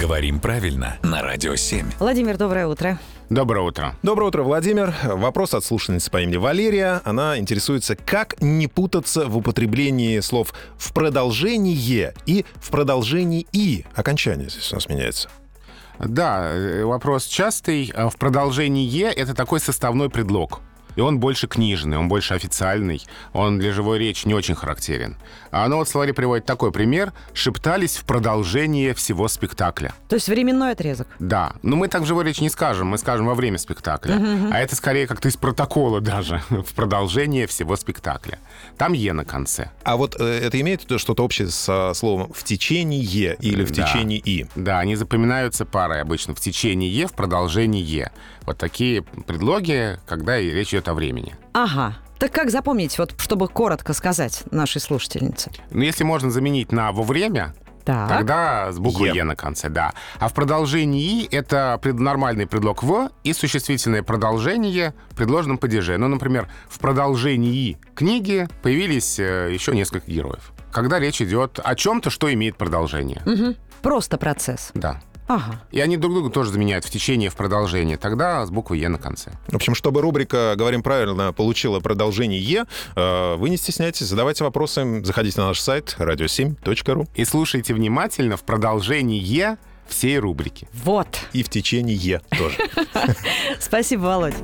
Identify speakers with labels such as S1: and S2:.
S1: Говорим правильно на Радио 7.
S2: Владимир, доброе утро.
S3: Доброе утро.
S4: Доброе утро, Владимир. Вопрос от слушательницы по имени Валерия. Она интересуется, как не путаться в употреблении слов «в продолжении» и «в продолжении и». Окончание здесь у нас меняется.
S3: Да, э, вопрос частый. А В продолжении «е» — это такой составной предлог. И он больше книжный, он больше официальный, он для живой речи не очень характерен. А оно вот в словаре приводит такой пример. «Шептались в продолжение всего спектакля».
S2: То есть временной отрезок.
S3: Да, но мы так в живой речи не скажем, мы скажем во время спектакля. А это скорее как-то из протокола даже, в продолжение всего спектакля. Там «е» на конце.
S4: А вот э, это имеет что-то общее со словом «в течение» или «в
S3: Да.
S4: течение и».
S3: Да, они запоминаются парой обычно в течение «е», в продолжении «е». Вот такие предлоги, когда и речь идет о времени.
S2: Ага. Так как запомнить, вот чтобы коротко сказать нашей слушательнице?
S3: Но Ну, если можно заменить на «во время»,
S2: Так.
S3: тогда с буквы
S4: «Е».
S3: «е» на конце, да. А в продолжении «и» это пред- нормальный предлог «в» и существительное продолжение в предложенном падеже. Ну, например, в продолжении книги появились э, еще несколько героев. Когда речь идет о чем-то, что имеет продолжение.
S2: Просто процесс.
S3: Да.
S2: Ага.
S3: И они друг друга тоже заменяют в течение, в продолжении. Тогда с буквы «е» на конце.
S4: В общем, чтобы рубрика «Говорим правильно» получила продолжение «е», э, вы не стесняйтесь, задавайте вопросы, заходите на наш сайт radio7.ru
S3: И слушайте внимательно в продолжении «е» всей рубрики.
S2: Вот.
S4: и в течение «е» тоже.
S2: Спасибо, Володь.